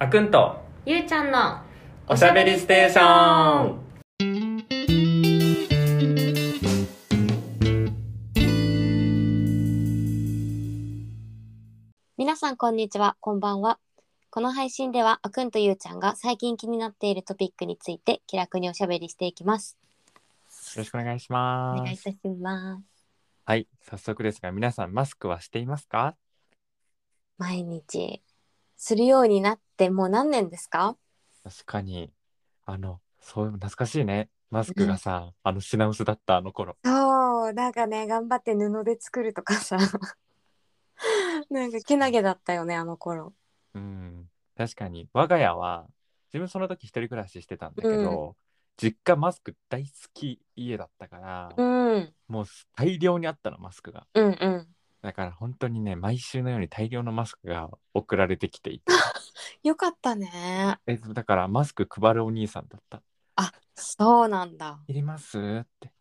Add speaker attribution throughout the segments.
Speaker 1: あくんと
Speaker 2: ゆうちゃんの
Speaker 1: おしゃべりステーション
Speaker 2: 皆さんこんにちはこんばんはこの配信ではあくんとゆうちゃんが最近気になっているトピックについて気楽におしゃべりしていきます
Speaker 1: よろしくお願いし
Speaker 2: お
Speaker 1: ま
Speaker 2: 願いい
Speaker 1: す
Speaker 2: たします
Speaker 1: はい早速ですが皆さんマスクはしていますか
Speaker 2: 毎日するようになってもう何年ですか
Speaker 1: 確かにあのそういう懐かしいねマスクがさ、あの品薄だったあの頃
Speaker 2: そうなんかね頑張って布で作るとかさ なんかけなげだったよねあの頃
Speaker 1: うん確かに我が家は自分その時一人暮らししてたんだけど、実家マスク大好き家だったから、
Speaker 2: うんうん
Speaker 1: もう大量にあったのマスクが
Speaker 2: うん
Speaker 1: だから本当にね毎週のように大量のマスクが送られてきてい て
Speaker 2: よかったね
Speaker 1: えだからマスク配るお兄さんだった
Speaker 2: あそうなんだ
Speaker 1: いりますって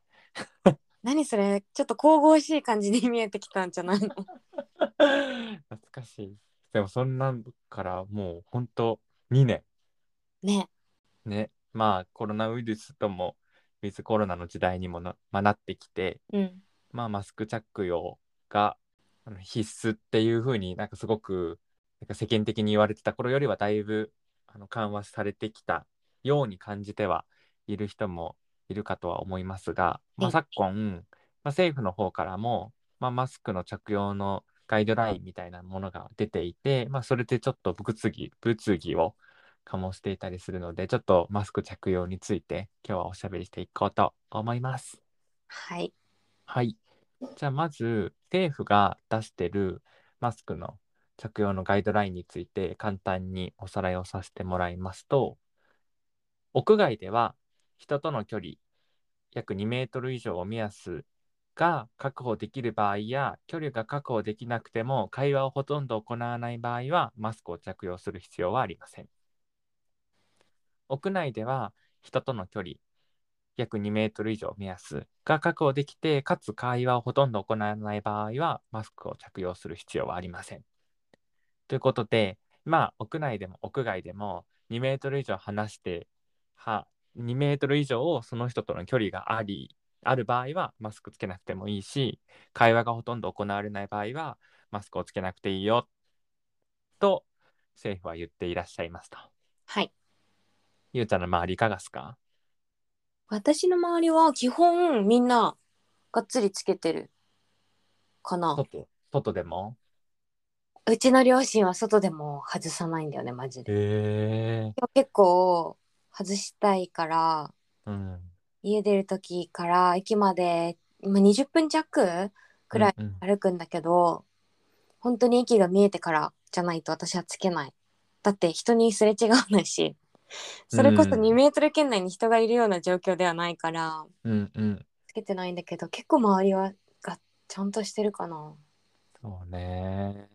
Speaker 2: 何それちょっと神々しい感じに見えてきたんじゃないの
Speaker 1: 懐かしいでもそんなんからもう本当2年
Speaker 2: ね
Speaker 1: ねまあコロナウイルスともウィズコロナの時代にもな,、まあなってきて
Speaker 2: うん
Speaker 1: まあマスク着用があの必須っていう風になんかすごくなんか世間的に言われてた頃よりはだいぶあの緩和されてきたように感じてはいる人もいるかとは思いますが、ま
Speaker 2: は
Speaker 1: あ、
Speaker 2: い
Speaker 1: 昨今、まあ、政府の方からも、まあ、マスクの着用のガイドラインみたいなものが出ていて、まあ、それでちょっと物議物議を醸していたりするのでちょっとマスク着用について今日はおしゃべりしていこうと思います。
Speaker 2: はい
Speaker 1: はい。じゃあまず政府が出してるマスクの着用のガイドラインについて簡単におさらいをさせてもらいますと、屋外では人との距離約2メートル以上を目安が確保できる場合や距離が確保できなくても会話をほとんど行わない場合はマスクを着用する必要はありません。屋内では人との距離約2メートル以上目安が確保できて、かつ会話をほとんど行わない場合は、マスクを着用する必要はありません。ということで、まあ、屋内でも屋外でも2メートル以上離して、は2メートル以上をその人との距離があり、ある場合はマスクつけなくてもいいし、会話がほとんど行われない場合は、マスクをつけなくていいよ、と政府は言っていらっしゃいますと。
Speaker 2: はい
Speaker 1: ゆうちゃんの周りいかがですか
Speaker 2: 私の周りは基本みんながっつりつけてるかな
Speaker 1: 外外でも
Speaker 2: うちの両親は外でも外さないんだよねマジで
Speaker 1: へえ
Speaker 2: でも結構外したいから
Speaker 1: うん。
Speaker 2: 家出る時から駅まで今20分弱くらい
Speaker 1: うんうん
Speaker 2: 歩くんだけど、本当に駅が見えてからじゃないと私はつけないだって人にすれ違わないしそれこそ
Speaker 1: うん
Speaker 2: 2メートル圏内に人がいるような状況ではないから、
Speaker 1: うんうん。
Speaker 2: つけてないんだけど結構周りはがちゃんとしてるかな
Speaker 1: そうね。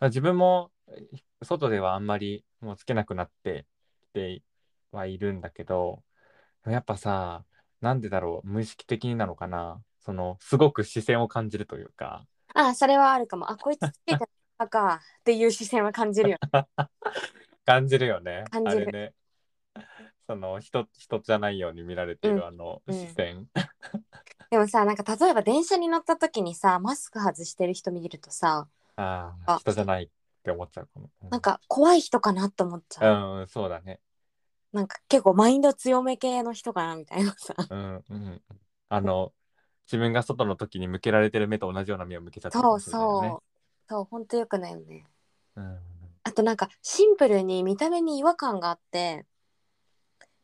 Speaker 1: まあ自分もえ外ではあんまりもうつけなくなってきてはいるんだけど、でもやっぱさ、なんでだろう、無意識的になのかな。そのすごく視線を感じるというか、
Speaker 2: あそれはあるかもあこいつつけてたか っていう視線は感じるよ ね
Speaker 1: 感じるよね。
Speaker 2: 感じる
Speaker 1: あれね。その人人じゃないように見られている、
Speaker 2: うん
Speaker 1: あの
Speaker 2: うん
Speaker 1: 視線。
Speaker 2: でもさなんか例えば電車に乗った時にさマスク外してる人見るとさ
Speaker 1: あ
Speaker 2: あ
Speaker 1: あ、人じゃないって思っちゃうかも。う
Speaker 2: なん、か怖い人かなと思っちゃう、
Speaker 1: うん、そうだね。
Speaker 2: なんか結構マインド強め系の人かなみたいなさ
Speaker 1: うんうん、あの自分が外の時に向けられてる目と同じような目を向けちゃってるか
Speaker 2: そ
Speaker 1: も
Speaker 2: う
Speaker 1: しれないよね
Speaker 2: そうそうほんとよくないよね
Speaker 1: うん
Speaker 2: あとなんかシンプルに見た目に違和感があって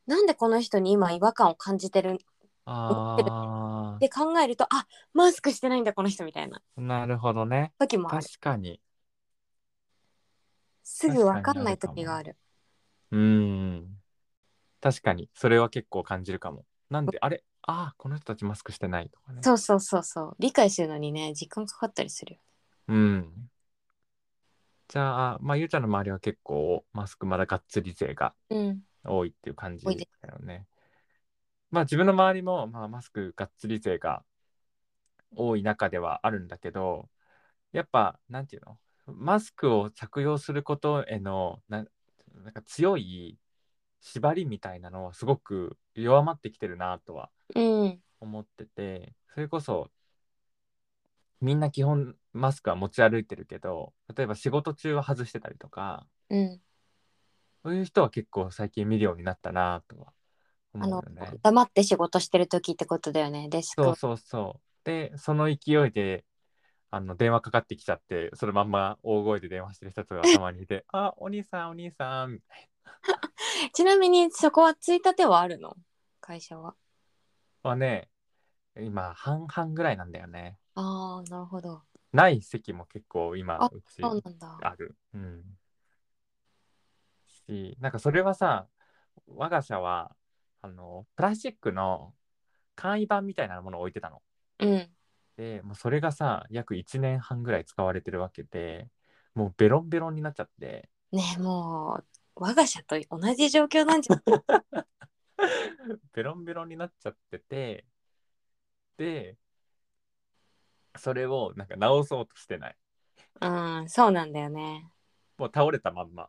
Speaker 2: なんでこの人に今違和感を感じてる
Speaker 1: あ
Speaker 2: って考えるとあマスクしてないんだこの人みたいな
Speaker 1: あなるほどね
Speaker 2: 時もある
Speaker 1: 確かに
Speaker 2: すぐ分かんない時がある
Speaker 1: うん確かにそれは結構感じるかもなんであれああこの人たちマスクしてないとかね
Speaker 2: そうそうそうそう理解するのにね時間かかったりするよ
Speaker 1: うんじゃあまあゆうちゃんの周りは結構マスクまだがっつり勢が
Speaker 2: うん
Speaker 1: 多いっていう感じ
Speaker 2: 多
Speaker 1: だ
Speaker 2: いで
Speaker 1: よね。まあ自分の周りも、まあ、マスクがっつり勢が多い中ではあるんだけどやっぱなんていうのマスクを着用することへのななんか強い縛りみたいなのはすごく弱まってきてるなとは
Speaker 2: うん。
Speaker 1: 思っててそれこそみんな基本マスクは持ち歩いてるけど例えば仕事中は外してたりとか
Speaker 2: うん。
Speaker 1: そういう人は結構最近見るようになったなとは
Speaker 2: あ
Speaker 1: 思う
Speaker 2: の
Speaker 1: よね。、
Speaker 2: 黙って仕事してる時ってことだよね。デスク
Speaker 1: そう。そうそう。でその勢いであの電話かかってきちゃってそのまんま大声で電話してる人とかたまにい て「あお兄さんお兄さん」
Speaker 2: ちなみに、そこはついたてはあるの会社は。
Speaker 1: はね今半々ぐらいなんだよね。
Speaker 2: ああ、なるほど。
Speaker 1: ない席も結構今
Speaker 2: あ
Speaker 1: うち
Speaker 2: そうなんだ。
Speaker 1: ある。うん。し、なんかそれはさ、我が社は、あの、プラスチックの簡易版みたいなものを置いてたの。
Speaker 2: うん。
Speaker 1: で、もうそれがさ、約1年半ぐらい使われてるわけで、もうベロンベロンになっちゃって、
Speaker 2: ねえもう、我が社と同じ状況なんじゃ ない
Speaker 1: ベロンベロンになっちゃってて、で、それをなんか直そうとしてない。
Speaker 2: うん、そうなんだよね。
Speaker 1: もう倒れたまんま。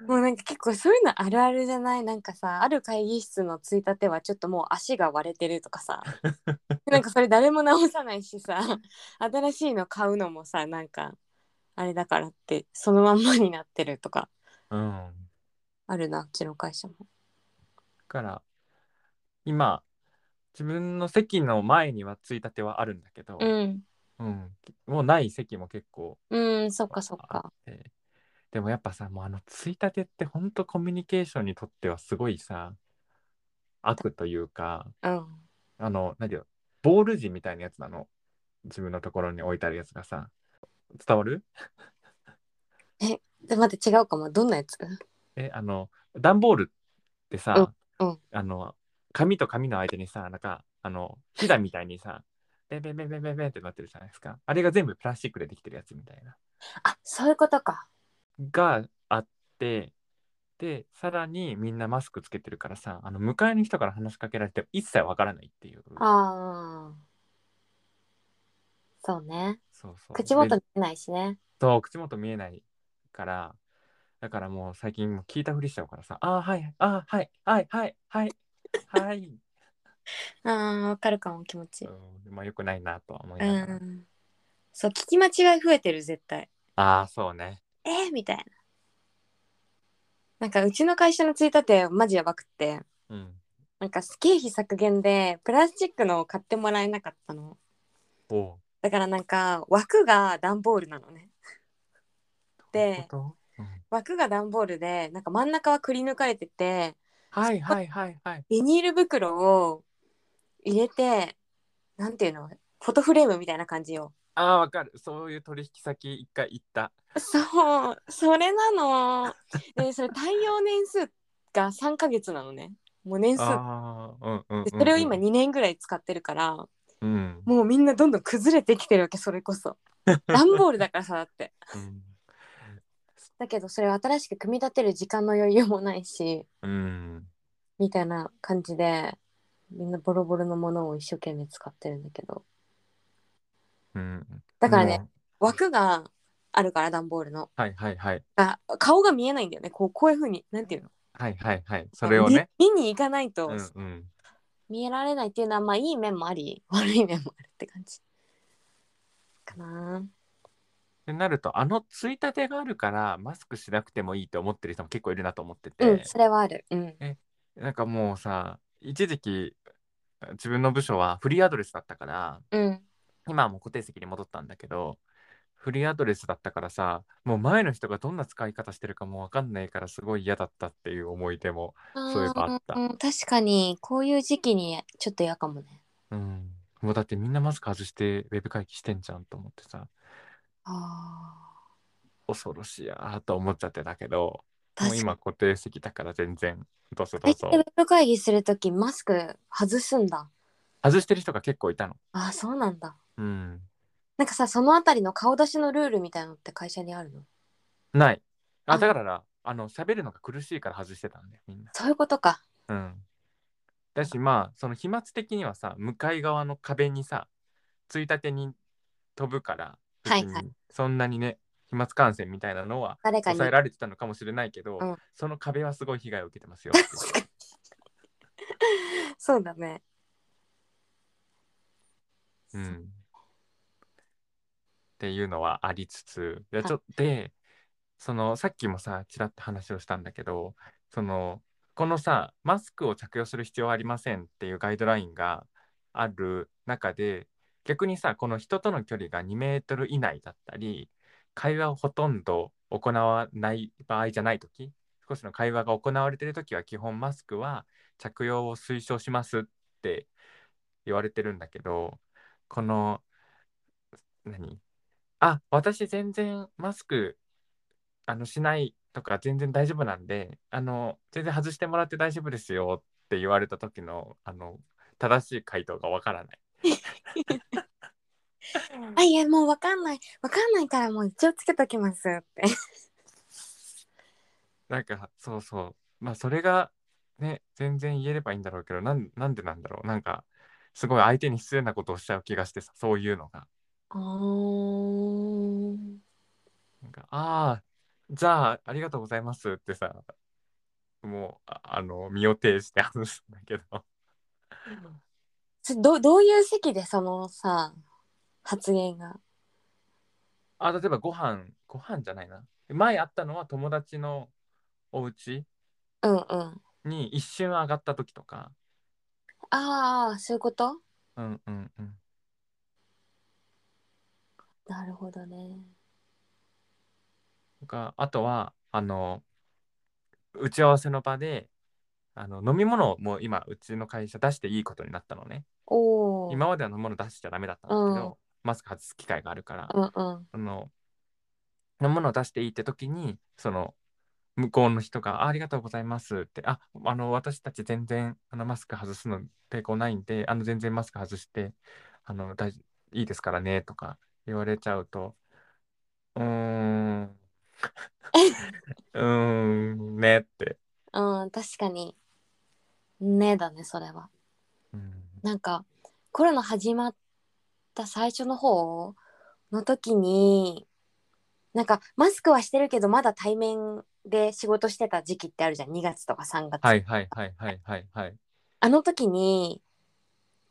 Speaker 2: もうなんか結構そういうのあるあるじゃないなんかさある会議室のついたてはちょっともう足が割れてるとか さなんかそれ誰も直さないしさ新しいの買うのもさなんかあれだからってそのまんまになってるとか
Speaker 1: うん。
Speaker 2: あるなうちの会社も。
Speaker 1: だから今自分の席の前にはついたてはあるんだけど、
Speaker 2: うん、
Speaker 1: うんもうない席も結構
Speaker 2: うん、そっかそっ
Speaker 1: あ
Speaker 2: か。
Speaker 1: ってでもやっぱさもうあのついたてってほんとコミュニケーションにとってはすごいさ悪というか
Speaker 2: うん
Speaker 1: あの何て言うのボール字みたいなやつなの自分のところに置いてあるやつがさ伝わる
Speaker 2: で待って違うかもどんなやつ
Speaker 1: えあの段ボールってさ、
Speaker 2: うんうん
Speaker 1: あの紙と紙の間にさなんかあのひだみたいにさベンベンベンベンベンベンってなってるじゃないですかあれが全部プラスチックでできてるやつみたいな
Speaker 2: あそういうことか。
Speaker 1: があってでさらにみんなマスクつけてるからさあの向かいの人から話しかけられても一切わからないっていう
Speaker 2: ああ。そうね。
Speaker 1: そうそう
Speaker 2: 口元
Speaker 1: で
Speaker 2: 見えないしね。
Speaker 1: そう口元見えないからだからもう最近もう聞いたふりしちゃうからさあーはいあーはいはいはいはい はい
Speaker 2: ああわかるかも気持ち。
Speaker 1: うん、まあ良くないなとは思いうながら、
Speaker 2: ん。そう聞き間違い増えてる絶対。
Speaker 1: ああそうね
Speaker 2: えー、みたいな。なんかうちの会社のついたてマジやばくって
Speaker 1: うん
Speaker 2: なんか経費削減でプラスチックのを買ってもらえなかったの
Speaker 1: おう
Speaker 2: だからなんか枠が段ボールなのねで
Speaker 1: どういうこと
Speaker 2: 枠が段ボールでなんか真ん中はくり抜かれてて
Speaker 1: うん、はいはいはいはい
Speaker 2: ビニール袋を入れてなんていうのフォトフレームみたいな感じよ
Speaker 1: ああわかるそういう取引先一回行った
Speaker 2: そうそれなのでそれ対応年数が3ヶ月なのねもう年数
Speaker 1: ああうんうん、うん、
Speaker 2: でそれを今2年ぐらい使ってるから、
Speaker 1: うん、
Speaker 2: もうみんなどんどん崩れてきてるわけそれ こそ段ボールだからさだって
Speaker 1: うん
Speaker 2: だけどそれを新しく組み立てる時間の余裕もないし
Speaker 1: うん、
Speaker 2: みたいな感じでみんなボロボロのものを一生懸命使ってるんだけど
Speaker 1: うん、
Speaker 2: だからね
Speaker 1: もう
Speaker 2: 枠があるから段ボールの
Speaker 1: はいはいはい
Speaker 2: あ顔が見えないんだよねこうこういうふうになんていうの
Speaker 1: はいはいはいそれをね
Speaker 2: 見見に行かないと、
Speaker 1: うんうん
Speaker 2: 見えられないっていうのはまあいい面もあ り悪い面もあるって感じかな
Speaker 1: ってなるとあのついたてがあるからマスクしなくてもいいと思ってる人も結構いるなと思ってて、
Speaker 2: うんそれはあるうん
Speaker 1: なんかもうさ一時期自分の部署はフリーアドレスだったから
Speaker 2: うん
Speaker 1: 今はもう固定席に戻ったんだけどフリーアドレスだったからさもう前の人がどんな使い方してるかもう分かんないからすごい嫌だったっていう思い出も、そういえばあった
Speaker 2: ーうん確かにこういう時期にちょっと嫌かもね
Speaker 1: うん、もうだってみんなマスク外してウェブ会議してんじゃんと思ってさ
Speaker 2: あ
Speaker 1: 恐ろしいやーと思っちゃってたけど
Speaker 2: ー
Speaker 1: もう
Speaker 2: 確か
Speaker 1: 今固定席だから全然どうぞどう
Speaker 2: に
Speaker 1: ぞ
Speaker 2: ウェブ会議するときマスク外すんだ
Speaker 1: 外してる人が結構いたの
Speaker 2: あーそうなんだ
Speaker 1: うん
Speaker 2: なんかさそのあたりの顔出しのルールみたいなのって会社にあるの
Speaker 1: ない
Speaker 2: あ
Speaker 1: あだからあの喋るのが苦しいから外してたんだよみんな
Speaker 2: そういうことか
Speaker 1: うんだしまあその飛沫的にはさ向かい側の壁にさついたてに飛ぶから
Speaker 2: はい
Speaker 1: 別に
Speaker 2: はい
Speaker 1: そんなにね飛沫感染みたいなのは
Speaker 2: 誰かに
Speaker 1: 抑えられてたのかもしれないけど、
Speaker 2: うん
Speaker 1: その壁はすごい被害を受けてますよ。
Speaker 2: そうだね
Speaker 1: うん、っていうのはありつつでちょっとでそのさっきもさちらっと話をしたんだけどそのこのさマスクを着用する必要はありませんっていうガイドラインがある中で逆にさこの人との距離が2メートル以内だったり会話をほとんど行わない場合じゃない時少しの会話が行われている時は基本マスクは着用を推奨しますって言われてるんだけどこの何あ私全然マスクあのしないとか全然大丈夫なんであの全然外してもらって大丈夫ですよって言われた時のあの正しい回答がわからない。
Speaker 2: あいやもうわかんないわかんないからもう一応つけときますって
Speaker 1: なんかそうそうまあそれがね全然言えればいいんだろうけどなんなんでなんだろうなんかすごい相手に失礼なことをしちゃう気がしてさそういうのが。
Speaker 2: あー
Speaker 1: なんか、ああ、じゃあ、ありがとうございますってさ、もう、ああの、身を挺して話すんだけど。
Speaker 2: それどどういう席でそのさ発言が
Speaker 1: あ、例えばご飯、ご飯じゃないな。前あったのは友達のお家
Speaker 2: うんうんあ
Speaker 1: に一瞬上がった時とか。
Speaker 2: あーそういうこと
Speaker 1: うんうんうん。
Speaker 2: なるほどね
Speaker 1: とか、あとは、あの、打ち合わせの場で、あの飲み物をもう今うちの会社出していいことになったのね
Speaker 2: おお
Speaker 1: 今までは飲み物出しちゃダメだったんだけど、
Speaker 2: うん
Speaker 1: マスク外す機会があるから、
Speaker 2: うんうん
Speaker 1: あの飲むものを出していいって時にその向こうの人があ「ありがとうございます」って「ああの私たち全然あのマスク外すの抵抗ないんであの全然マスク外してあの大いいですからね」とか言われちゃうと「うーんうーんね」って、
Speaker 2: うん確かにねえだねそれは
Speaker 1: うん
Speaker 2: なんかコロナ始まった最初の方の時になんかマスクはしてるけどまだ対面で仕事してた時期ってあるじゃん2月とか3月、
Speaker 1: はいはいはいはいはいはい
Speaker 2: あの時に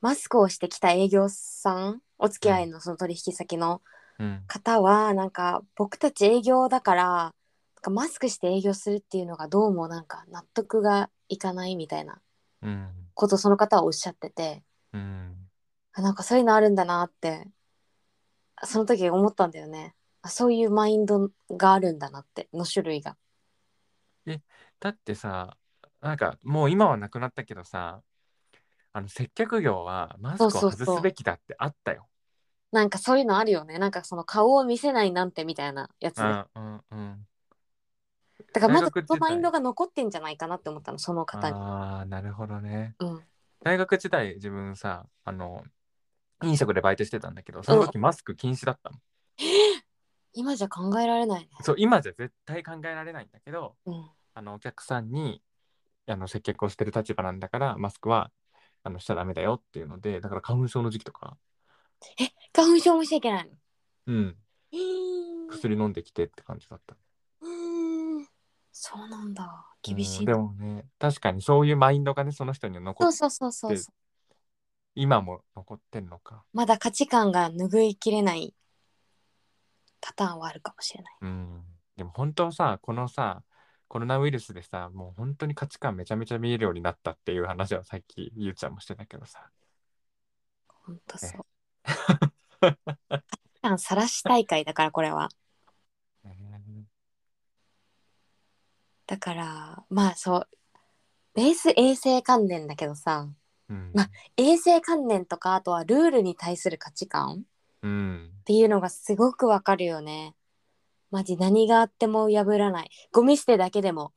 Speaker 2: マスクをしてきた営業さんお付き合いのその取引先の
Speaker 1: うん
Speaker 2: 方はなんか僕たち営業だからなんかマスクして営業するっていうのがどうもなんか納得がいかないみたいな
Speaker 1: うん
Speaker 2: ことをその方はおっしゃってて。
Speaker 1: うん
Speaker 2: あなんかそういうのあるんだなってその時思ったんだよねあそういうマインドがあるんだなっての種類が
Speaker 1: だってさなんかもう今はなくなったけどさあの接客業はマスクを
Speaker 2: そうそうそう
Speaker 1: 外すべきだってあったよ。
Speaker 2: なんかそういうのあるよねなんかその顔を見せないなんてみたいなやつね、
Speaker 1: うんうんうん
Speaker 2: だからまだ
Speaker 1: 大学時代
Speaker 2: そのマインドが残ってんじゃないかなって思ったのその方に
Speaker 1: ああなるほどね。
Speaker 2: うん
Speaker 1: 大学時代自分さあの飲食でバイトしてたんだけどその時マスク禁止だったの。
Speaker 2: 今じゃ考えられないね
Speaker 1: そう今じゃ絶対考えられないんだけど
Speaker 2: うん
Speaker 1: あのお客さんにあの接客をしてる立場なんだからマスクはあのしちゃダメだよっていうのでだから花粉症の時期とか、
Speaker 2: 花粉症もしちゃいけないの
Speaker 1: うん、
Speaker 2: へー
Speaker 1: 薬飲んできてって感じだった。
Speaker 2: うーんそうなんだ厳し
Speaker 1: うん
Speaker 2: い
Speaker 1: でもね確かにそういうマインドがねその人には残
Speaker 2: そ
Speaker 1: っ
Speaker 2: うそうそうそうそう
Speaker 1: 今も残ってんのか
Speaker 2: まだ価値観が拭いきれないパターンはあるかもしれない
Speaker 1: うんでも本当さこのさコロナウイルスでさもう本当に価値観めちゃめちゃ見えるようになったっていう話はさっきゆうちゃんもしてたけどさ
Speaker 2: ほんとそう
Speaker 1: ね。
Speaker 2: さん晒し大会だからこれは。だからまあそうベース衛生観念だけどさ
Speaker 1: うん
Speaker 2: まあ衛生観念とかあとはルールに対する価値観っ
Speaker 1: うん
Speaker 2: ていうのがすごくわかるよね。マジ何があっても破らないゴミ捨てだけでも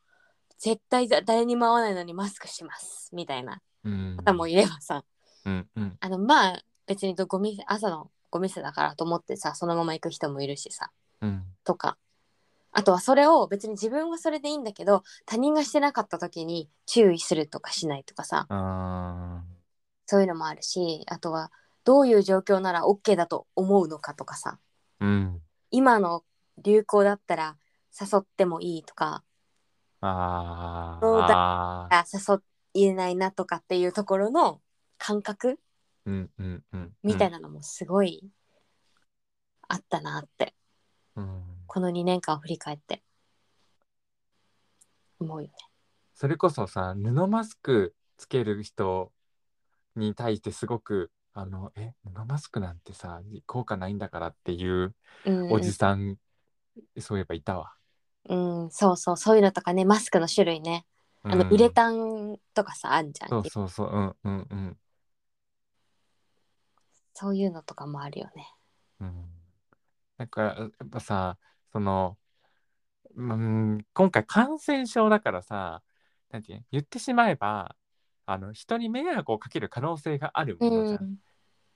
Speaker 2: 絶対ざ誰にも会わないのにマスクしますみたいな
Speaker 1: うん
Speaker 2: 方もいればさ、
Speaker 1: うんうん
Speaker 2: あのまあ別にどゴミ朝のゴミ捨てだからと思ってさそのまま行く人もいるしさ
Speaker 1: うん
Speaker 2: とかあとはそれを別に自分はそれでいいんだけど他人がしてなかった時に注意するとかしないとかさ
Speaker 1: あ
Speaker 2: そういうのもあるしあとはどういう状況なら OK だと思うのかとかさ
Speaker 1: ーうん
Speaker 2: 今の流行だったら誘ってもいいとか
Speaker 1: あー
Speaker 2: そうだ
Speaker 1: あー。
Speaker 2: あ誘えないなとかっていうところの感覚
Speaker 1: うんうんうん。
Speaker 2: みたいなのもすごいあったなって、
Speaker 1: うん。うん
Speaker 2: この2年間を振り返って思うよね。
Speaker 1: それこそさ、布マスクつける人に対してすごく、あの、え、布マスクなんてさ、効果ないんだからっていう
Speaker 2: うんうん
Speaker 1: おじさん、そういえばいたわ。
Speaker 2: うん、そうそうそういうのとかねマスクの種類ねあの、
Speaker 1: うん
Speaker 2: ウレタンとかさあんじゃん
Speaker 1: そ
Speaker 2: そう
Speaker 1: うそうそう、うんうんうん。
Speaker 2: いうのとかもあるよね
Speaker 1: うんだからやっぱさその、うん、今回感染症だからさなんていうの言ってしまえばあの人に迷惑をかける可能性がある
Speaker 2: う
Speaker 1: ものじゃん。
Speaker 2: ん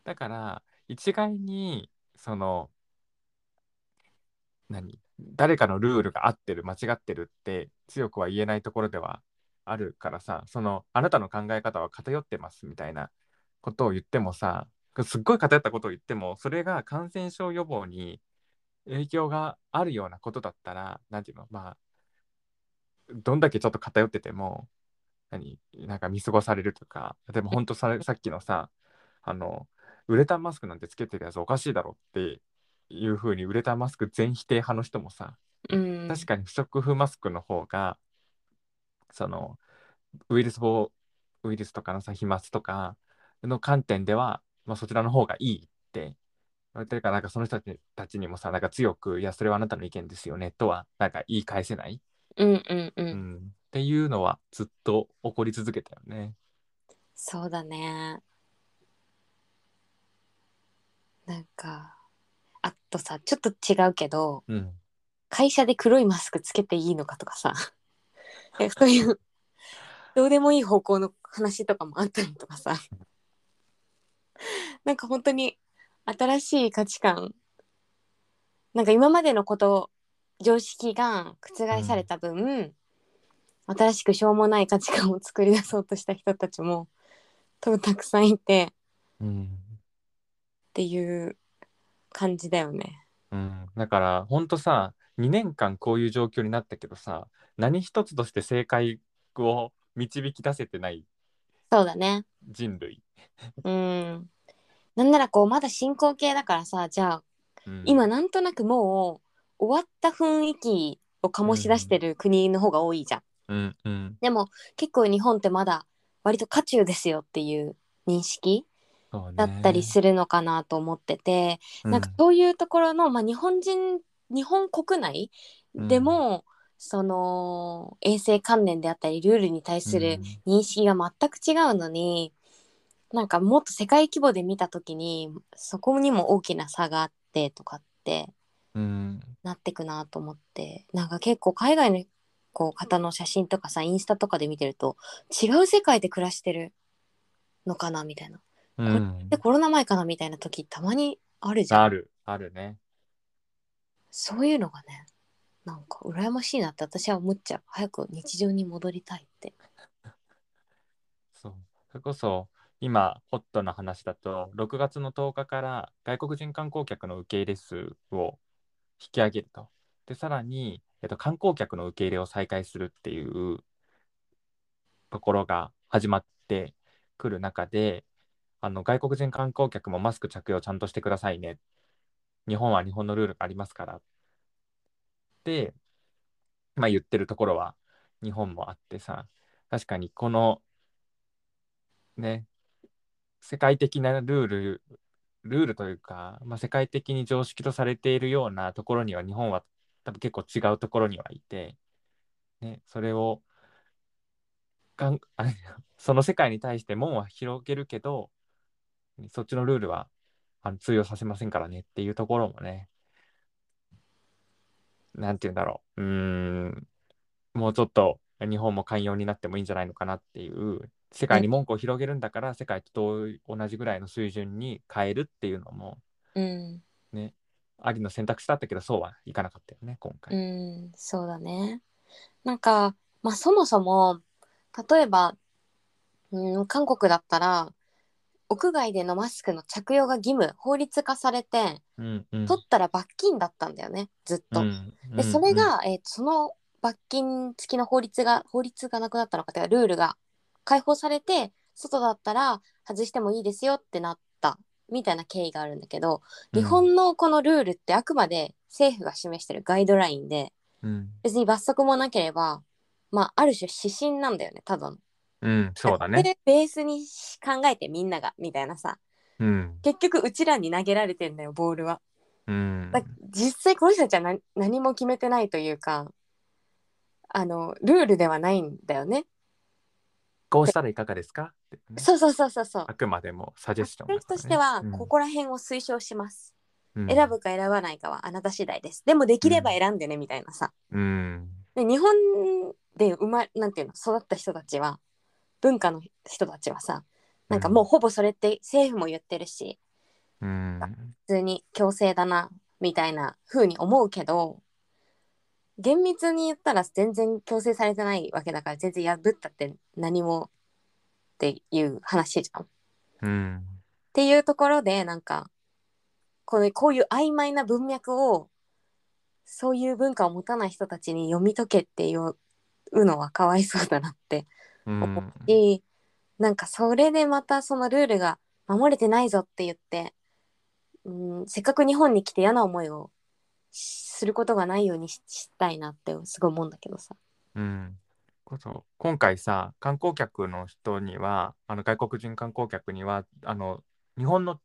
Speaker 1: だから一概にその何誰かのルールが合ってる間違ってるって強くは言えないところではあるからさそのあなたの考え方は偏ってますみたいなことを言ってもさすっごい偏ったことを言ってもそれが感染症予防に影響があるようなことだったら何ていうのまあどんだけちょっと偏ってても何なんか見過ごされるとかでも本当ささっきのさあのウレタンマスクなんてつけてるやつおかしいだろっていう風にウレタンマスク全否定派の人もさ
Speaker 2: うん
Speaker 1: 確かに不織布マスクの方がそのウイルス防ウイルスとかのさ飛沫とかの観点では、まあ、そちらの方がいいって言われてるからなんかその人たちたちにもさなんか強く「いやそれはあなたの意見ですよね」とはなんか言い返せない、
Speaker 2: うんうんう
Speaker 1: うんん、っていうのはずっと起こり続けたよね。
Speaker 2: そうだねなんかあとさちょっと違うけど
Speaker 1: うん、
Speaker 2: 会社で黒いマスクつけていいのかとか さえそういうどうでもいい方向の話とかもあったりとかさなんか本当に新しい価値観なんか今までのこと常識が覆された分、新しくしょうもない価値観を作り出そうとした人たちも多分たくさんいてっ
Speaker 1: うん
Speaker 2: ていう感じだよね。
Speaker 1: うん、だからほんとさ2年間こういう状況になったけどさ何一つとして正解を導き出せてない
Speaker 2: そうだね
Speaker 1: 人類、
Speaker 2: うんなんならこうまだ進行形だからさじゃあ
Speaker 1: うん
Speaker 2: 今なんとなくもう終わった雰囲気を醸し出してる国の方が多いじゃん。
Speaker 1: うんうん
Speaker 2: でも結構日本ってまだ割と渦中ですよっていう認識
Speaker 1: そうね
Speaker 2: だったりするのかなと思ってて、
Speaker 1: うん
Speaker 2: なんかそういうところの、まあ、日本人日本国内でも、その衛生観念であったりルールに対する認識が全く違うのになんかもっと世界規模で見た時にそこにも大きな差があってとかって
Speaker 1: うんうん
Speaker 2: なってくなと思ってなんか結構海外のこう方の写真とかさインスタとかで見てると違う世界で暮らしてるのかなみたいな
Speaker 1: うん
Speaker 2: でコロナ前かなみたいな時たまにあるじゃん
Speaker 1: あるあるね
Speaker 2: そういうのがねなんか羨ましいなって私は思っちゃう早く日常に戻りたいって
Speaker 1: そうそれこそ今ホットな話だと6月の10日から外国人観光客の受け入れ数を引き上げるとでさらに、えっと、観光客の受け入れを再開するっていうところが始まってくる中であの外国人観光客もマスク着用ちゃんとしてくださいね日本は日本のルールがありますからって、まあ、言ってるところは日本もあってさ確かにこのね、世界的なルール、ルールというか、まあ、世界的に常識とされているようなところには日本は多分結構違うところにはいて、ね、それをがんあその世界に対して門は広げるけど、そっちのルールはあの通用させませんからねっていうところもね、なんて言うんだろう、うーん、もうちょっと日本も寛容になってもいいんじゃないのかなっていう世界に文句を広げるんだから世界と同じぐらいの水準に変えるっていうのも
Speaker 2: うん
Speaker 1: ありの選択肢だったけどそうはいかなかったよね今
Speaker 2: う
Speaker 1: 回。
Speaker 2: んそうだねなんかまあそもそも例えば、うん、韓国だったら屋外でのマスクの着用が義務法律化されて
Speaker 1: うんうん
Speaker 2: 取ったら罰金だったんだよねずっと。
Speaker 1: うんうん
Speaker 2: でそれが、えーその罰金付きの法律が法律がなくなったのかというかルールが解放されて外だったら外してもいいですよってなったみたいな経緯があるんだけど
Speaker 1: うん
Speaker 2: 日本のこのルールってあくまで政府が示してるガイドラインで
Speaker 1: うん
Speaker 2: 別に罰則もなければ、まあ、ある種指針なんだよねただの。
Speaker 1: うんそうだ
Speaker 2: そ
Speaker 1: ね
Speaker 2: れベースに考えてみんながみたいなさ
Speaker 1: うん
Speaker 2: 結局うちらに投げられてんだよボールは。
Speaker 1: うん
Speaker 2: だ実際この人たちは何何も決めてないというかあのルールではないんだよね。
Speaker 1: こうしたらいかがですかってね
Speaker 2: そうそうそうそうそう
Speaker 1: あ。くまでもサジェスションだ
Speaker 2: ルー
Speaker 1: から
Speaker 2: ル
Speaker 1: ね
Speaker 2: としては
Speaker 1: うん
Speaker 2: ここら辺を推奨します。
Speaker 1: うん
Speaker 2: 選ぶか選ばないかはあなた次第です。でもできれば選んでねみたいなさ。
Speaker 1: うん
Speaker 2: で日本で生まなんていうの育った人たちは文化の人たちはさなんかもうほぼそれって政府も言ってるし
Speaker 1: うん
Speaker 2: 普通に強制だなみたいな風に思うけど厳密に言ったら全然強制されてないわけだから全然破ったって何もっていう話じゃん。っ
Speaker 1: うん
Speaker 2: ていうところでなんかこのこういう曖昧な文脈をそういう文化を持たない人たちに読み解けっていうのはかわいそうだなって
Speaker 1: うん
Speaker 2: 思うし、なんかそれでまたそのルールが守れてないぞって言って、うん、せっかく日本に来て嫌な思いをすることがないようにししたいなってすごい思うんだけどさ。
Speaker 1: うんこそ今回さ観光客の人にはあの外国人観光客にはあの日本の、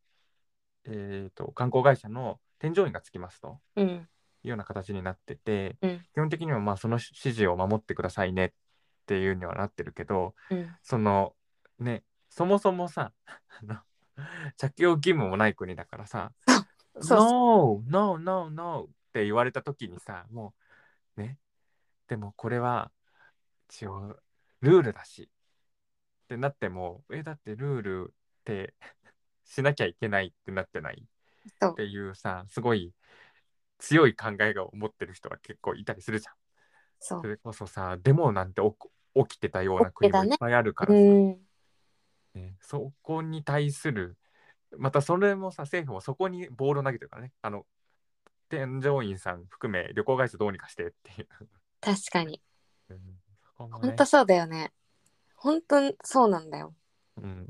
Speaker 1: えー、と観光会社の添乗員がつきますと
Speaker 2: うん、
Speaker 1: いうような形になってて、
Speaker 2: うん
Speaker 1: 基本的にはまあその指示を守ってくださいねっていうにはなってるけど
Speaker 2: うん、
Speaker 1: そのねそもそもさ あの着用義務もない国だからさ「
Speaker 2: そう
Speaker 1: No! No! No! No!」って言われた時にさもうねでもこれは一応ルールだしってなってもえだってルールって しなきゃいけないってなってない
Speaker 2: そう
Speaker 1: っていうさすごい強い考えを持ってる人が結構いたりするじゃん。
Speaker 2: そ。
Speaker 1: そうれこそさデモなんておこ起きてたような国もいっぱいあるから
Speaker 2: う
Speaker 1: さ、
Speaker 2: ん、
Speaker 1: ねそこに対するまたそれもさ政府もそこにボールを投げてるからねあの添乗員さん含め旅行会社どうにかしてっていう。
Speaker 2: 確かに。
Speaker 1: うんそこもね
Speaker 2: 本当そうだよね。本当そうなんだよ。
Speaker 1: うん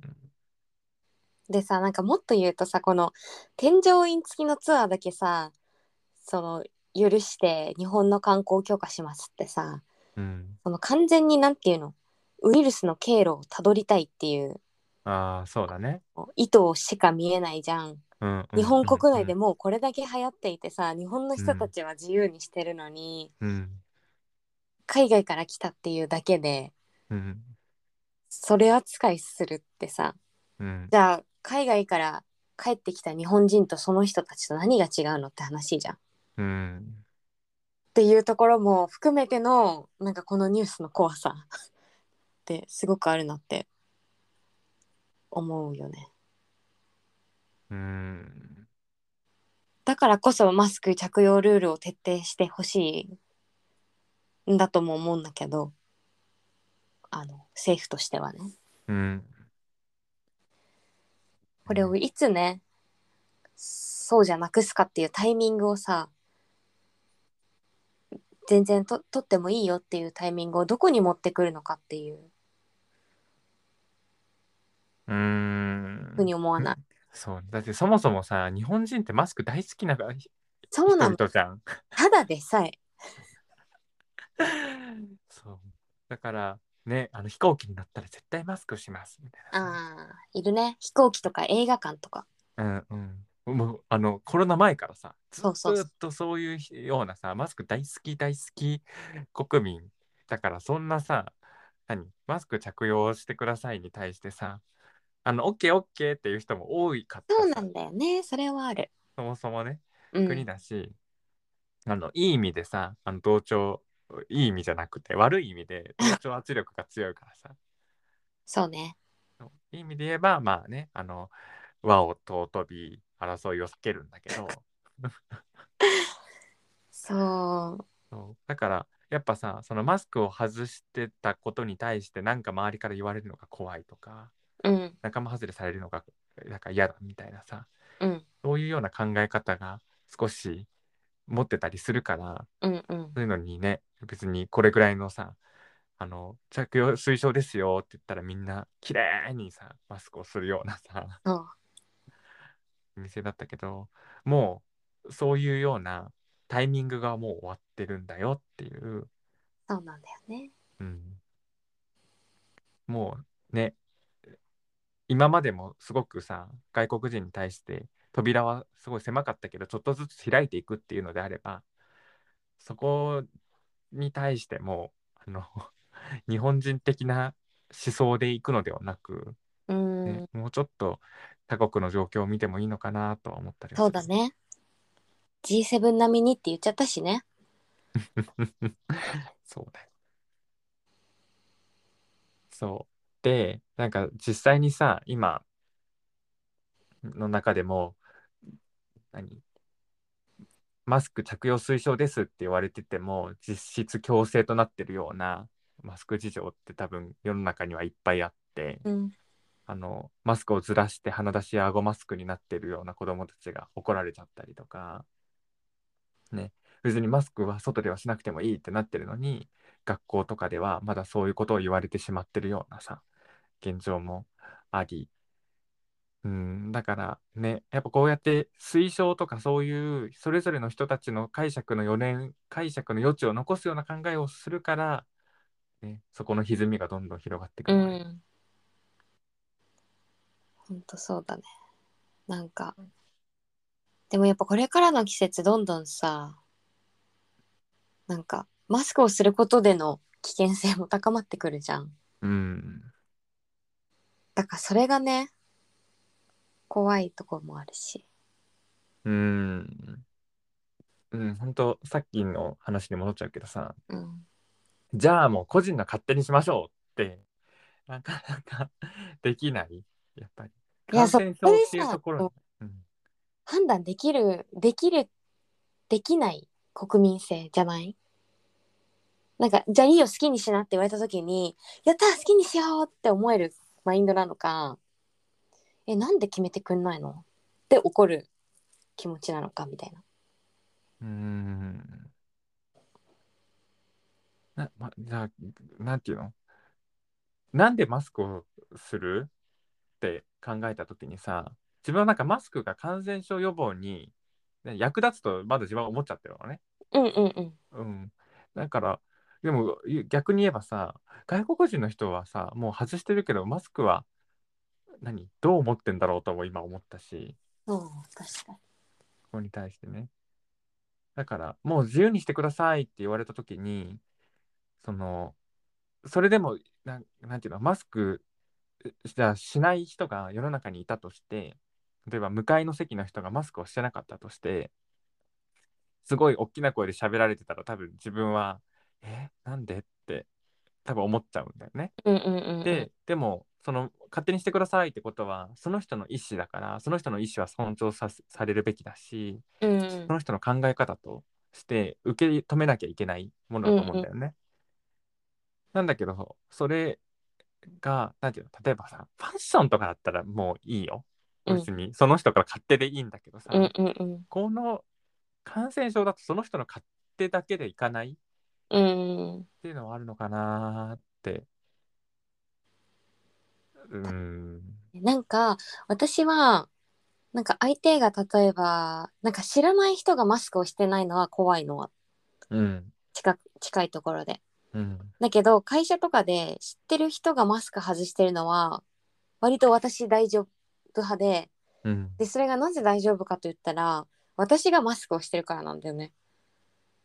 Speaker 2: でさなんかもっと言うとさこの添乗員付きのツアーだけさその許して日本の観光許可しますってさ
Speaker 1: うん、
Speaker 2: その完全になんていうのウイルスの経路をたどりたいっていう
Speaker 1: ああそうだね。
Speaker 2: 意図しか見えないじゃん。
Speaker 1: うんうん
Speaker 2: 日本国内で
Speaker 1: も、
Speaker 2: もうこれだけ流行っていてさ日本の人たちは自由にしてるのに
Speaker 1: うん
Speaker 2: 海外から来たっていうだけで
Speaker 1: うん
Speaker 2: それ扱いするってさ
Speaker 1: うん
Speaker 2: じゃあ海外から帰ってきた日本人とその人たちと何が違うのって話じゃん。
Speaker 1: うん、
Speaker 2: っていうところも含めてのなんかこのニュースの怖さってすごくあるなって思うよね
Speaker 1: うん
Speaker 2: だからこそマスク着用ルールを徹底してほしいんだとも思うんだけどあの政府としてはね
Speaker 1: うん、
Speaker 2: これをいつねそうじゃなくすかっていうタイミングをさ全然と取ってもいいよっていうタイミングをどこに持ってくるのかっていう
Speaker 1: うん
Speaker 2: ふうに思わない、
Speaker 1: そうだってそもそもさ日本人ってマスク大好きな人
Speaker 2: そうなの
Speaker 1: 々じゃん。
Speaker 2: ただでさえ
Speaker 1: そうだからねあの飛行機に乗ったら絶対マスクしますみたいな
Speaker 2: ああいるね飛行機とか映画館とか
Speaker 1: さ。うんうん、もうあのコロナ前からさず
Speaker 2: そうそうそう
Speaker 1: ずっとそういうようなさマスク大好き大好き国民だからそんなさ何マスク着用してくださいに対してさあの OKOK っていう人も多いかった
Speaker 2: そう
Speaker 1: さ
Speaker 2: なんだよねそれはある、
Speaker 1: そもそもね
Speaker 2: うん、
Speaker 1: 国だし、あのいい意味でさあの同調いい意味じゃなくて悪い意味で同調圧力が強いからさ
Speaker 2: そうね
Speaker 1: いい意味で言えばまあねあの和を尊び争いを避けるんだけど
Speaker 2: そう
Speaker 1: そうだからやっぱさそのマスクを外してたことに対してなんか周りから言われるのが怖いとか
Speaker 2: うん
Speaker 1: 仲間外れされるのがなんか嫌だみたいなさ
Speaker 2: うん
Speaker 1: そういうような考え方が少し持ってたりするから
Speaker 2: うんうん
Speaker 1: そういうのにね別にこれぐらいのさあの着用推奨ですよって言ったらみんな綺麗にさマスクをするようなさ
Speaker 2: そう
Speaker 1: 店だったけどもうそういうようなタイミングがもう終わってるんだよっていう、
Speaker 2: そうなんだよね
Speaker 1: うん、もうね今までもすごくさ外国人に対して扉はすごい狭かったけどちょっとずつ開いていくっていうのであればそこに対してもあの 日本人的な思想でいくのではなく、
Speaker 2: う
Speaker 1: ね
Speaker 2: ん
Speaker 1: もうちょっと他国の状況を見てもいいのかなとは思ったりする
Speaker 2: そうだね G7 並みにって言っちゃったしね
Speaker 1: そうだよ。そう。で、なんか実際にさ、今の中でも、何マスク着用推奨ですって言われてても、実質強制となってるようなマスク事情って多分世の中にはいっぱいあって、
Speaker 2: うん
Speaker 1: あの、マスクをずらして鼻出しや顎マスクになってるような子供たちが怒られちゃったりとか、ね、別にマスクは外ではしなくてもいいってなってるのに、学校とかではまだそういうことを言われてしまってるようなさ、現状もあり、うん、だからね、やっぱこうやって推奨とかそういうそれぞれの人たちの解釈の4年、解釈の余地を残すような考えをするから、ね、そこの歪みがどんどん広がってく
Speaker 2: う
Speaker 1: る。
Speaker 2: んほんとそうだねなんかでもやっぱこれからの季節どんどんさなんかマスクをすることでの危険性も高まってくるじゃん
Speaker 1: うん
Speaker 2: だからそれがね怖いとこもあるし
Speaker 1: うーん。うん、本当さっきの話に戻っちゃうけどさ、
Speaker 2: うん
Speaker 1: じゃあもう個人の勝手にしましょうって、なかなか できない、やっぱり。
Speaker 2: いや
Speaker 1: 感染症っていうところに。
Speaker 2: 判断できるできるできない国民性じゃないなんかじゃあいいよ好きにしなって言われた時にやったー好きにしようって思えるマインドなのかえなんで決めてくんないのって怒る気持ちなのかみたいな
Speaker 1: うん。うんな、ま、じゃあ、なんていうのなんでマスクをするって考えたときにさ、自分はなんかマスクが感染症予防にね役立つとまだ自分は思っちゃってるのね。
Speaker 2: うんうんうん
Speaker 1: うん、だからでもい逆に言えばさ外国人の人はさもう外してるけどマスクは何どう思ってんだろうとも今思ったし
Speaker 2: そう確かに
Speaker 1: ここに対してねだからもう自由にしてくださいって言われた時にそのそれでもなんなんていうのマスクじゃあしない人が世の中にいたとして例えば向かいの席の人がマスクをしてなかったとしてすごい大きな声で喋られてたら多分自分は「えなんで?」って多分思っちゃうんだよね。
Speaker 2: うんうんうんうん
Speaker 1: ででもその勝手にしてくださいってことはその人の意思だからその人の意思は尊重させされるべきだし
Speaker 2: うん
Speaker 1: その人の考え方として受け止めなきゃいけないものだと思うんだよね。なんだけどそれがなんていうの例えばさファッションとかだったらもういいよ
Speaker 2: うん
Speaker 1: 別にその人から勝手でいいんだけどさ、
Speaker 2: うんうんうん
Speaker 1: この感染症だとその人の勝手だけでいかないっ
Speaker 2: うん
Speaker 1: ていうのはあるのかなーってうーん
Speaker 2: なんか私はなんか相手が例えばなんか知らない人がマスクをしてないのは怖いのは
Speaker 1: うん
Speaker 2: 近く近いところで
Speaker 1: うん
Speaker 2: だけど会社とかで知ってる人がマスク外してるのは割と私大丈夫派で
Speaker 1: うん
Speaker 2: でそれがなぜ大丈夫かと言ったら私がマスクをしてるからなんだよね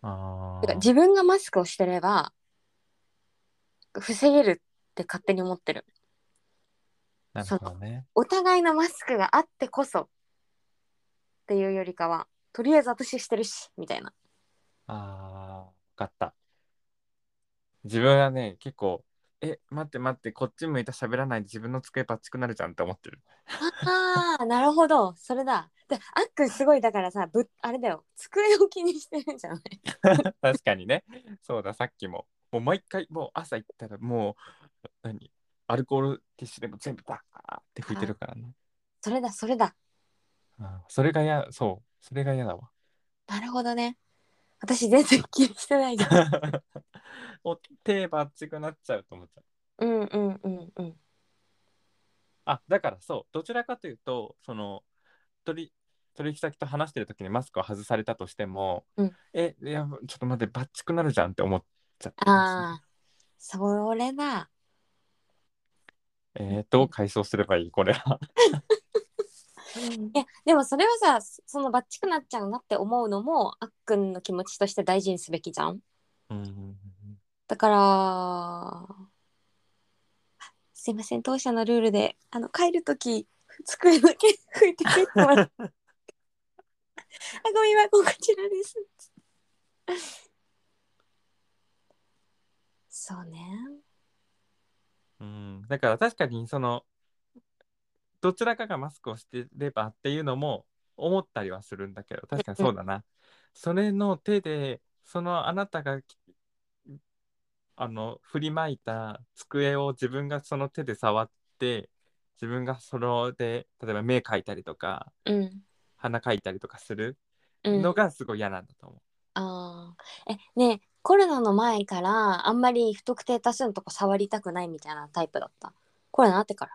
Speaker 1: あ
Speaker 2: てか
Speaker 1: ー
Speaker 2: 自分がマスクをしてれば防げるって勝手に思ってる
Speaker 1: なるほどね
Speaker 2: お互いのマスクがあってこそっていうよりかはとりあえず私してるしみたいな
Speaker 1: あー、わかった。自分はね、結構、え、待って待って、こっち向いた喋らないで自分の机パッチくなるじゃんって思ってる。
Speaker 2: ああなるほどそれだであっくんすごいだからさぶあれだよ机を気にしてるんじゃない
Speaker 1: 確かにね。そうだ、さっきも。もう毎回、もう朝行ったら、もう、何アルコールティッシュでも全部バーって拭いてるからね。
Speaker 2: それだそれだ
Speaker 1: うんそれがや、そう、それが嫌だ わ。
Speaker 2: なるほどね私全然気にしてないじゃん
Speaker 1: お手ばっちくなっちゃうと思っちゃう。
Speaker 2: うんうんうんうん
Speaker 1: あ、だからそう、どちらかというと、その取り取引先と話してる時にマスクを外されたとしても、
Speaker 2: うん
Speaker 1: え、いや、ちょっと待って、ばっちくなるじゃんって思っちゃってます
Speaker 2: ああそれ
Speaker 1: ね、
Speaker 2: だ
Speaker 1: えー、どう解消すればいい、これは。
Speaker 2: いやでもそれはさそのバッチくなっちゃうなって思うのもあっくんの気持ちとして大事にすべきじゃん
Speaker 1: うん、
Speaker 2: だからすいません当社のルールであの帰る時机だけ拭いて帰っても らってあごみ箱こちらですそうね
Speaker 1: うん、だから確かにそのどちらかがマスクをしてればっていうのも思ったりはするんだけど確かにそうだな、それの手でそのあなたがきあの振りまいた机を自分がその手で触って自分がそれで例えば目描いたりとか
Speaker 2: うん
Speaker 1: 鼻描いたりとかする
Speaker 2: うん
Speaker 1: のがすごい嫌なんだと思う、
Speaker 2: ああ、え、ねえ、コロナの前からあんまり不特定多数のとこ触りたくないみたいなタイプだった。コロナになってから。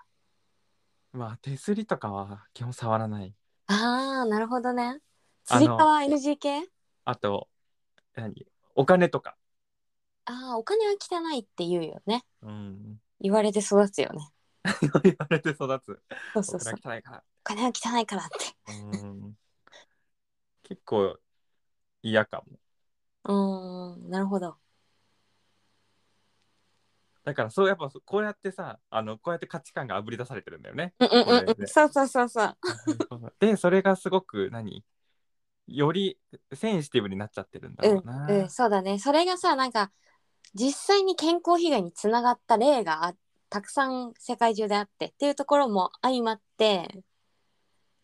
Speaker 1: まあ手すりとかは基本触らない
Speaker 2: ああ、なるほどね。つ
Speaker 1: あの
Speaker 2: り革 NG 系
Speaker 1: あと何お金とか、
Speaker 2: ああ、お金は汚いって言うよね。
Speaker 1: うん、
Speaker 2: 言われて育つよね。
Speaker 1: 言われて育つ
Speaker 2: そうそうそう。
Speaker 1: 僕ら汚いから
Speaker 2: お金は汚いからって。
Speaker 1: うん結構嫌かも
Speaker 2: うーん、なるほど。
Speaker 1: だからそうやっぱこうやってさあのこうやって価値観があぶり出されてるんだよね
Speaker 2: うんうんう
Speaker 1: こ
Speaker 2: んう
Speaker 1: れ
Speaker 2: ん。
Speaker 1: で
Speaker 2: そうそうそうそう。
Speaker 1: でそれがすごく何よりセンシティブになっちゃってるんだ
Speaker 2: う
Speaker 1: ろ
Speaker 2: ん
Speaker 1: うな、
Speaker 2: うん、そうだね。それがさ、なんか実際に健康被害につながった例があたくさん世界中であってっていうところも相まって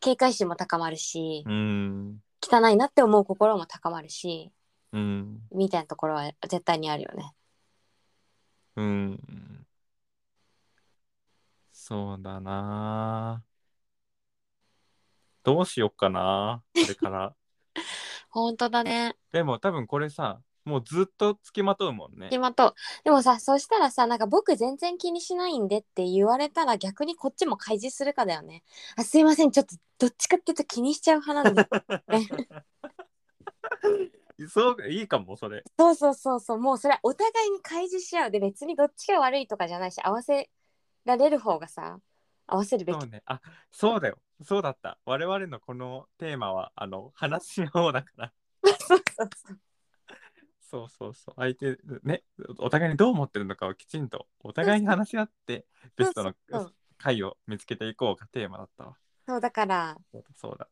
Speaker 2: 警戒心も高まるし
Speaker 1: う、ん
Speaker 2: 汚いなって思う心も高まるし、
Speaker 1: うん
Speaker 2: みたいなところは絶対にあるよね。
Speaker 1: うんそうだなどうしよっかなこれから
Speaker 2: 本当だね。
Speaker 1: でも多分これさもうずっとつきまとうもんね
Speaker 2: 今と。でもさ、そしたらさ、なんか僕全然気にしないんでって言われたら逆にこっちも開示するかだよね。あ、すいません、ちょっとどっちかっていうと気にしちゃう派な んで。
Speaker 1: そういいかもそれ
Speaker 2: そうそうそうそうもうそれはお互いに開示し合うで別にどっちが悪いとかじゃないし合わせられる方がさ合わせるべき
Speaker 1: そうねあそうだよそうだった我々のこのテーマはあの話し合おうだから そ
Speaker 2: そうそうそう
Speaker 1: うそうそう相手ねお互いにどう思ってるのかをきちんとお互いに話し合ってベストの
Speaker 2: そうそう
Speaker 1: 回を見つけていこうがテーマだったわ
Speaker 2: そうだから
Speaker 1: そうだそうだ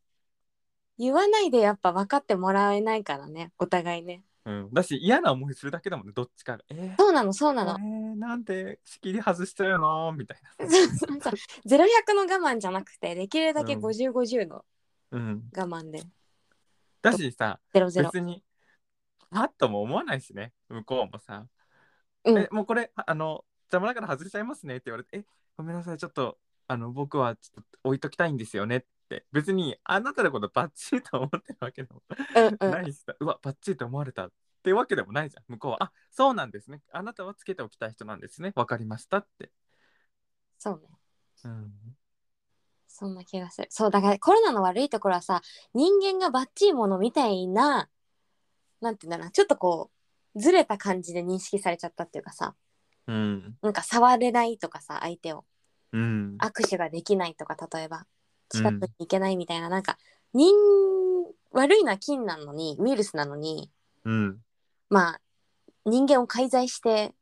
Speaker 2: 言わないでやっぱ分かってもらえないからねお互いね
Speaker 1: うんだし嫌な思いするだけだもんねどっちかがえー
Speaker 2: そうなのそう
Speaker 1: え
Speaker 2: なの
Speaker 1: ーなんで仕切り外しちゃうのみたいな
Speaker 2: そうそうそう0100の我慢じゃなくてできるだけ
Speaker 1: うん
Speaker 2: 5050の
Speaker 1: うん
Speaker 2: 我慢で
Speaker 1: だしさ
Speaker 2: 00
Speaker 1: 別にあっとも思わないしね向こうもさ、
Speaker 2: うん
Speaker 1: えもうこれあの邪魔だから外しちゃいますねって言われてえごめんなさいちょっとあの僕はちょっと置いときたいんですよねって別にあなたのことバッチリと思ってるわけでも
Speaker 2: うん うん
Speaker 1: ないしさ、うわバッチリと思われたってわけでもないじゃん向こうはあそうなんですねあなたはつけておきたい人なんですねわかりましたって、
Speaker 2: そうね
Speaker 1: うん、
Speaker 2: そんな気がするそうだからコロナの悪いところはさ人間がバッチリものみたいななんていうんだろうなちょっとこうずれた感じで認識されちゃったっていうかさ
Speaker 1: うん
Speaker 2: なんか触れないとかさ相手を
Speaker 1: うん
Speaker 2: 握手ができないとか例えば
Speaker 1: うん
Speaker 2: 近くに行けないみたいな、なんか人悪いのは菌なのにウイルスなのに
Speaker 1: うん
Speaker 2: まあ人間を介在して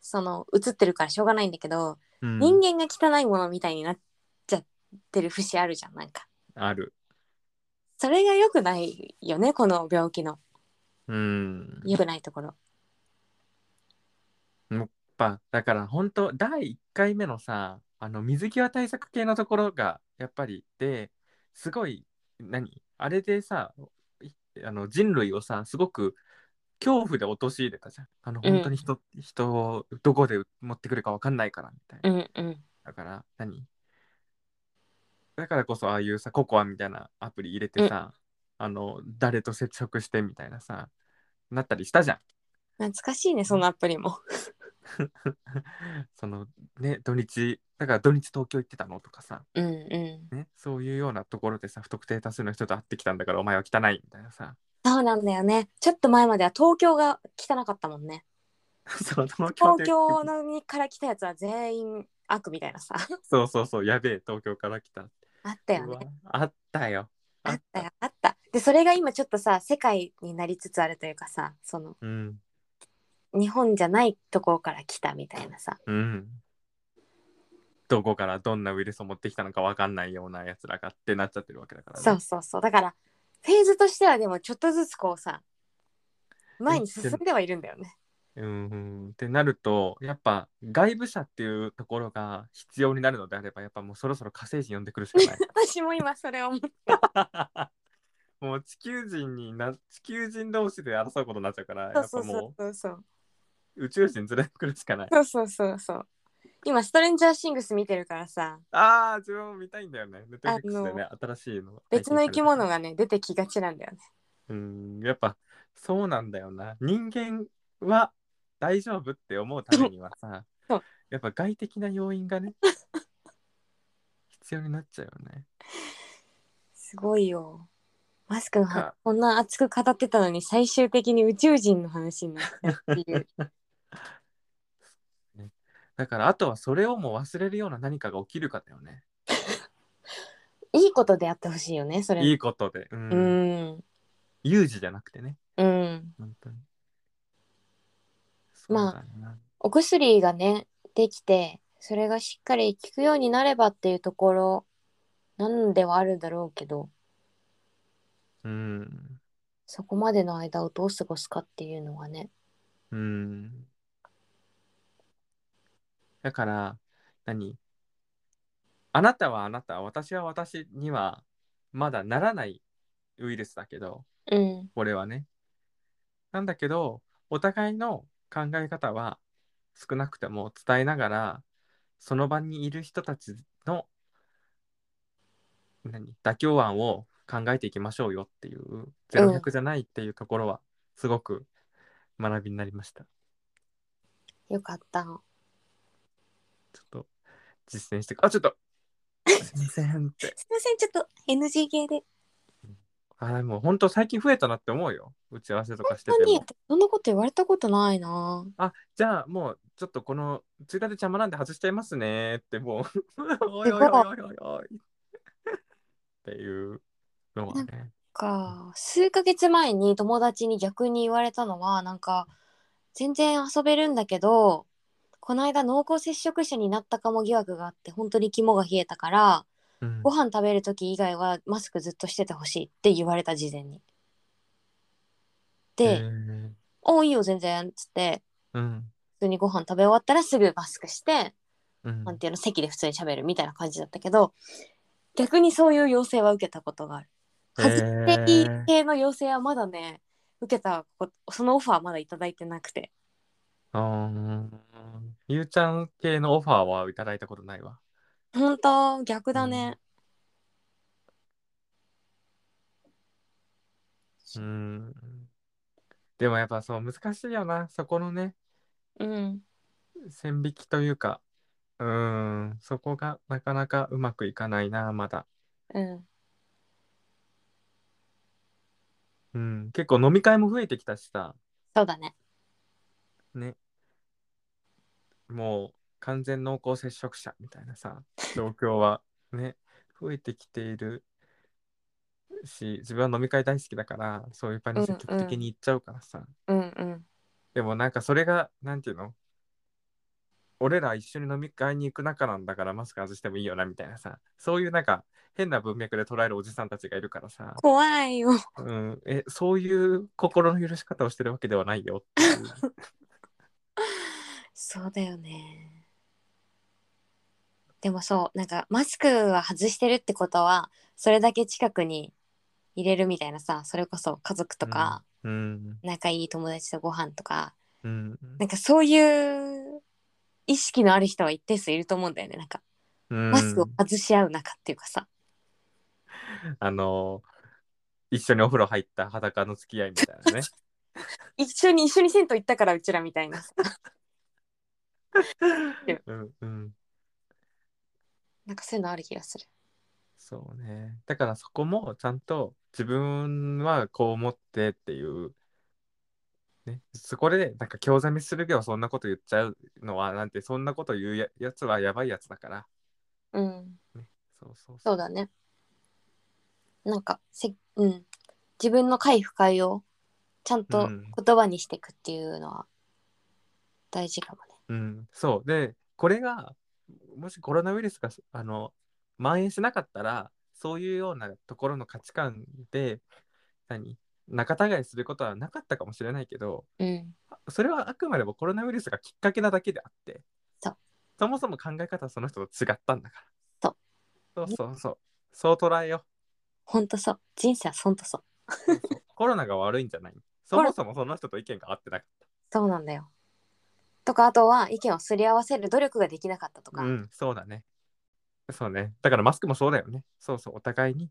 Speaker 2: その移ってるからしょうがないんだけど、
Speaker 1: うん
Speaker 2: 人間が汚いものみたいになっちゃってる節あるじゃんなんか
Speaker 1: ある
Speaker 2: それが良くないよねこの病気の
Speaker 1: うん
Speaker 2: 良くないところ
Speaker 1: やっぱだから本当第1回目のさあの水際対策系のところがやっぱりですごい何あれでさいあの人類をさすごく恐怖で陥れたじゃんあの
Speaker 2: うん
Speaker 1: 本当に人,、人をどこで持ってくるか分かんないからみたいな、
Speaker 2: うんうん
Speaker 1: だから何だからこそああいうさココアみたいなアプリ入れてさ、あの誰と接触してみたいなさなったりしたじゃん
Speaker 2: 懐かしいねそのアプリも
Speaker 1: そのね土日だから土日東京行ってたのとかさ、
Speaker 2: うんうん
Speaker 1: ね、そういうようなところでさ不特定多数の人と会ってきたんだからお前は汚いみたいなさ
Speaker 2: そうなんだよねちょっと前までは東京が汚かったもんね
Speaker 1: その東京
Speaker 2: 東
Speaker 1: で
Speaker 2: 京のにから来たやつは全員悪みたいなさ
Speaker 1: そうそうそうやべえ東京から来た
Speaker 2: あったよね
Speaker 1: うわあったよ
Speaker 2: あったよあったでそれが今ちょっとさ世界になりつつあるというかさその
Speaker 1: うん
Speaker 2: 日本じゃないところから来たみたいなさ
Speaker 1: うんどこからどんなウイルスを持ってきたのかわかんないようなやつらがってなっちゃってるわけだからね、
Speaker 2: そうそうそうだからフェーズとしてはでもちょっとずつこうさ前に進んではいるんだよね
Speaker 1: うんうん、ってなるとやっぱ外部者っていうところが必要になるのであればやっぱもうそろそろ火星人呼んでくるしかない
Speaker 2: 私も今それ思った
Speaker 1: もう地球人にな地球人同士で争うことになっちゃうからやっ
Speaker 2: そ
Speaker 1: ぱ
Speaker 2: うそ
Speaker 1: も
Speaker 2: うそう
Speaker 1: う宇宙人連れてくるし かない
Speaker 2: そうそうそうそう今ストレンジャーシングス見てるからさ
Speaker 1: ああ自分も見たいんだよねネットフリックスでね新しいの
Speaker 2: 別の生き物
Speaker 1: が
Speaker 2: がね出てきがちなんだよね
Speaker 1: うんやっぱそうなんだよな人間は大丈夫って思うためにはさ
Speaker 2: そう
Speaker 1: やっぱ外的な要因がね 必要になっちゃうよね
Speaker 2: すごいよマスクの
Speaker 1: なん
Speaker 2: 話
Speaker 1: か
Speaker 2: こんな熱く語ってたのに最終的に宇宙人の話になったっていう
Speaker 1: だからあとはそれをもう忘れるような何かが起きるかだよね。
Speaker 2: いいことであってほしいよねそれ
Speaker 1: いいことで。うん
Speaker 2: うん
Speaker 1: 有事じゃなくてね。
Speaker 2: うん
Speaker 1: 本当に。
Speaker 2: まあ
Speaker 1: そうだな
Speaker 2: お薬がねできてそれがしっかり効くようになればっていうところなんではあるんだろうけど
Speaker 1: うん。
Speaker 2: そこまでの間をどう過ごすかっていうのがね
Speaker 1: うん。だから、何あなたはあなた、私は私にはまだならないウイルスだけど、
Speaker 2: うん
Speaker 1: 俺はね。なんだけど、お互いの考え方は少なくても伝えながら、その場にいる人たちの何妥協案を考えていきましょうよっていう、ゼロ100じゃないっていうところは、すごく学びになりました。
Speaker 2: よかった
Speaker 1: ちょっと実践して、あ、ちょっとすいませんって。
Speaker 2: すいませんちょっと NG 系で
Speaker 1: あ、でも本当最近増えたなって思うよ。打ち合わせとかしてて
Speaker 2: 何
Speaker 1: も。
Speaker 2: そんなこと言われたことないな
Speaker 1: あ、じゃあもうちょっとこのツイッターで邪魔なんで外しちゃいますねってもうおいおいおいおいおいおいっていうのはね。
Speaker 2: か数ヶ月前に友達に逆に言われたのはなんか全然遊べるんだけどこの間濃厚接触者になったかも疑惑があって本当に肝が冷えたから
Speaker 1: うん
Speaker 2: ご飯食べる時以外はマスクずっとしててほしいって言われた事前に。
Speaker 1: へ
Speaker 2: で「
Speaker 1: ー
Speaker 2: おいいよ全然」っつって
Speaker 1: うん
Speaker 2: 普通にご飯食べ終わったらすぐマスクして
Speaker 1: うん
Speaker 2: なんていうの席で普通に喋るみたいな感じだったけど逆にそういう要請は受けたことがある。
Speaker 1: へ
Speaker 2: 恥ず
Speaker 1: ー
Speaker 2: かしい系の要請はまだね受けたことそのオファーまだいただいてなくて
Speaker 1: あーゆうちゃん系のオファーはいただいたことないわ。
Speaker 2: 本当逆だね、
Speaker 1: うん。でもやっぱそう難しいよな。そこのね、
Speaker 2: うん、
Speaker 1: 線引きというか、うん、そこがなかなかうまくいかないな、まだ。
Speaker 2: うん、
Speaker 1: うん、結構飲み会も増えてきたしさ、
Speaker 2: そうだね
Speaker 1: ね、もう完全濃厚接触者みたいなさ、状況はね、増えてきているし、自分は飲み会大好きだから、そういう場に積極的に行っちゃうからさ、
Speaker 2: うんうん
Speaker 1: でもなんかそれが、なんていうの俺ら一緒に飲み会に行く仲なんだからマスク外してもいいよなみたいなさ、そういうなんか変な文脈で捉えるおじさんたちがいるからさ、
Speaker 2: 怖いよ
Speaker 1: うん、え、そういう心の許し方をしてるわけではないよっていう。
Speaker 2: そうだよねでもそうなんかマスクは外してるってことはそれだけ近くに入れるみたいなさそれこそ家 族とか、
Speaker 1: うん、
Speaker 2: 仲いい友達とご飯とか
Speaker 1: うん、
Speaker 2: なんかそういう意識のある人は一定数いると思うんだよねなんか
Speaker 1: うん
Speaker 2: マスクを外し合う中っていうかさ、
Speaker 1: あの一緒にお風呂入った裸の付き合いみたい なね
Speaker 2: 一緒に一緒に銭湯行ったからうちらみたいな
Speaker 1: うんうん
Speaker 2: なんかそういうのある気がする
Speaker 1: そうねだからそこもちゃんと自分はこう思ってっていうねそこでなんか興ざめするけどそんなこと言っちゃうのはなんてそんなこと言うややつはやばいやつだから
Speaker 2: うん
Speaker 1: そうそう
Speaker 2: そうだねなんかせ、うん、自分の快不快をちゃん
Speaker 1: う
Speaker 2: と
Speaker 1: ん
Speaker 2: 言葉にしていくっていうのは大事かもね
Speaker 1: うん、そうでこれがもしコロナウイルスがあの蔓延しなかったらそういうようなところの価値観で何仲違いすることはなかったかもしれないけど
Speaker 2: うん
Speaker 1: それはあくまでもコロナウイルスがきっかけなだけであって
Speaker 2: そう
Speaker 1: そもそも考え方はその人と違ったんだからそうそうそうそう捉えよ
Speaker 2: ほんとそう人生はほんとそう
Speaker 1: うコロナが悪いんじゃないそもそもその人と意見が合ってなかっ
Speaker 2: そうなんだよとかあとは意見をすり合わせる努力ができなかったと
Speaker 1: た
Speaker 2: か、
Speaker 1: うんそうだねそうねだからマスクもそうだよねそうそうお互いに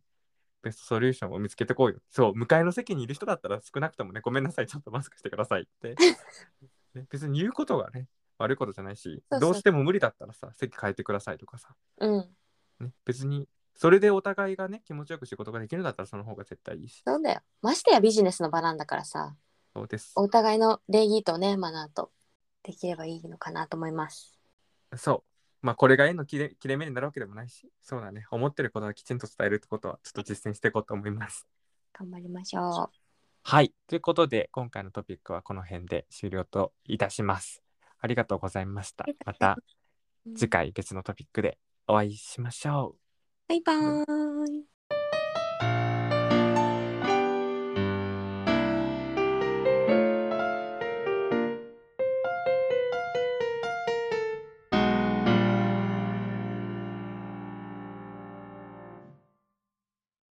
Speaker 1: ベストソリューションを見つけてこうよそう向かいの席にいる人だったら少なくともねごめんなさいちょっとマスクしてくださいって ね別に言うことがね悪いことじゃないし
Speaker 2: そうそう
Speaker 1: どうしても無理だったらさ席変えてくださいとかさ
Speaker 2: うん、
Speaker 1: ね、別にそれでお互いがね気持ちよく仕事ができるんだったらその方が絶対いいし
Speaker 2: そうだよましてやビジネスの場なんだからさ
Speaker 1: そうです
Speaker 2: お互いの礼儀とねマナーとできればいいのかなと思います
Speaker 1: そうまあこれが縁の切れ切れ目になるわけでもないしそうだね思ってることはきちんと伝えるってことはちょっと実践していこうと思います
Speaker 2: 頑張りましょ
Speaker 1: はいということで今回のトピックはこの辺で終了といたしますありがとうございましたまた
Speaker 2: う
Speaker 1: 次回別のトピックでお会いしましょう
Speaker 2: バイバーイ